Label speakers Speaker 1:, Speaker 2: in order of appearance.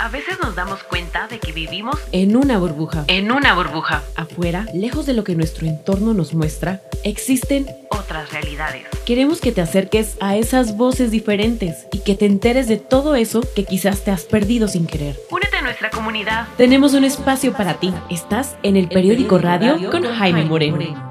Speaker 1: A veces nos damos cuenta de que vivimos
Speaker 2: en una burbuja.
Speaker 1: en una burbuja.
Speaker 2: Afuera, lejos de lo que nuestro entorno nos muestra, existen...
Speaker 1: Otras realidades.
Speaker 2: Queremos que te acerques a esas voces diferentes y que te enteres de todo eso que quizás te has perdido sin querer.
Speaker 1: Únete a nuestra comunidad.
Speaker 2: Tenemos un espacio para ti. Estás en el periódico radio con Jaime Moreno.